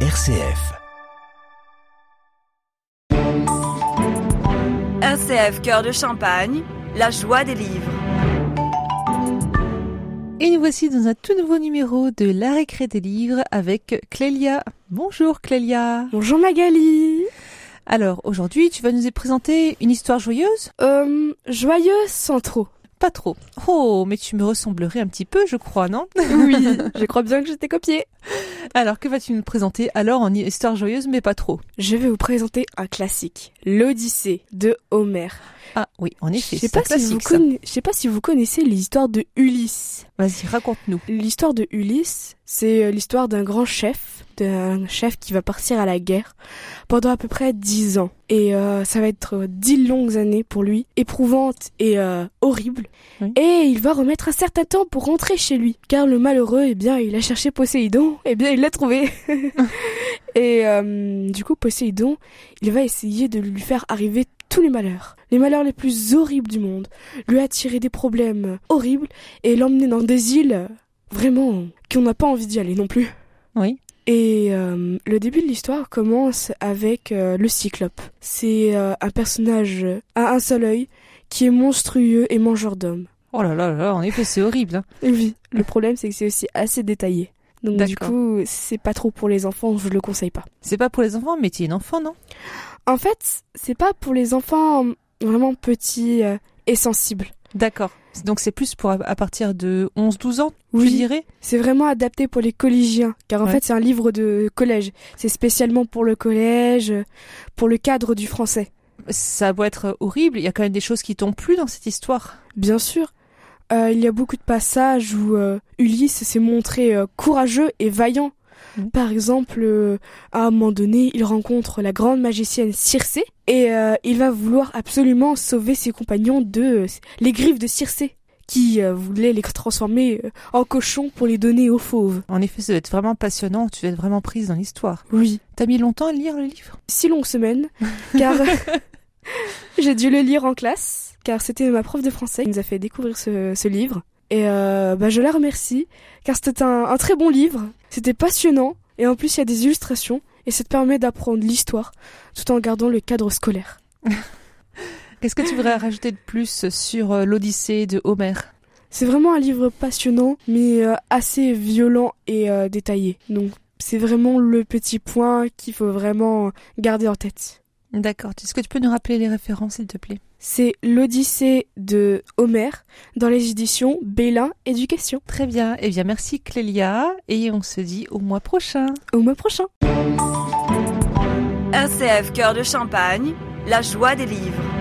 RCF. RCF Cœur de Champagne, la joie des livres. Et nous voici dans un tout nouveau numéro de La récré des livres avec Clélia. Bonjour Clélia. Bonjour Magali Alors aujourd'hui, tu vas nous y présenter une histoire joyeuse Euh, joyeuse sans trop. Pas trop. Oh, mais tu me ressemblerais un petit peu, je crois, non Oui, je crois bien que je t'ai copié. Alors que vas-tu nous présenter alors en histoire joyeuse mais pas trop Je vais vous présenter un classique, l'Odyssée de Homère. Ah oui, en Je effet, sais c'est pas un si vous classique ça. conna- je sais pas si vous connaissez l'histoire de Ulysse. Vas-y, raconte-nous. L'histoire de Ulysse, c'est euh, l'histoire d'un grand chef, d'un chef qui va partir à la guerre pendant à peu près dix ans. Et euh, ça va être euh, dix longues années pour lui, éprouvantes et euh, horribles. Oui. Et il va remettre un certain temps pour rentrer chez lui, car le malheureux, eh bien, il a cherché Poséidon, eh bien, il l'a trouvé. et euh, du coup, Poséidon, il va essayer de lui faire arriver tous les malheurs, les malheurs les plus horribles du monde, lui attirer des problèmes euh, horribles et l'emmener dans des îles euh, vraiment qu'on n'a pas envie d'y aller non plus. Oui. Et euh, le début de l'histoire commence avec euh, le cyclope. C'est euh, un personnage à un seul œil qui est monstrueux et mangeur d'hommes. Oh là là là, en effet, c'est horrible. hein. Et Oui, le problème c'est que c'est aussi assez détaillé. Donc du D'accord. coup, c'est pas trop pour les enfants, je le conseille pas. C'est pas pour les enfants, mais t'es une enfant, non En fait, c'est pas pour les enfants vraiment petits euh, et sensibles. D'accord. Donc c'est plus pour à- à partir de 11-12 ans, Oui. tu dirais C'est vraiment adapté pour les collégiens, car en Ouais. fait c'est un livre de collège. C'est spécialement pour le collège, pour le cadre du français. Ça doit être horrible, il y a quand même des choses qui t'ont plu dans cette histoire. Bien sûr. Euh, il y a beaucoup de passages où euh, Ulysse s'est montré euh, courageux et vaillant. Mhm. Par exemple, euh, à un moment donné, il rencontre la grande magicienne Circé et euh, il va vouloir absolument sauver ses compagnons de euh, les griffes de Circé qui euh, voulait les transformer euh, en cochons pour les donner aux fauves. En effet, ça doit être vraiment passionnant, tu dois être vraiment prise dans l'histoire. Oui. T'as mis longtemps à lire le livre Si longue semaine, car j'ai dû le lire en classe, car c'était ma prof de français qui nous a fait découvrir ce, ce livre. Et euh, bah, je la remercie, car c'était un, un très bon livre, c'était passionnant, et en plus il y a des illustrations, et ça te permet d'apprendre l'histoire, tout en gardant le cadre scolaire. Qu'est-ce que tu voudrais rajouter de plus sur euh, l'Odyssée de Homère C'est vraiment un livre passionnant, mais euh, assez violent et euh, détaillé. Donc c'est vraiment le petit point qu'il faut vraiment garder en tête. D'accord, est-ce que tu peux nous rappeler les références, s'il te plaît C'est l'Odyssée de Homère dans les éditions Bélin Éducation. Très bien, eh bien merci Clélia, et on se dit au mois prochain Au mois prochain. RCF Cœur de Champagne, la joie des livres.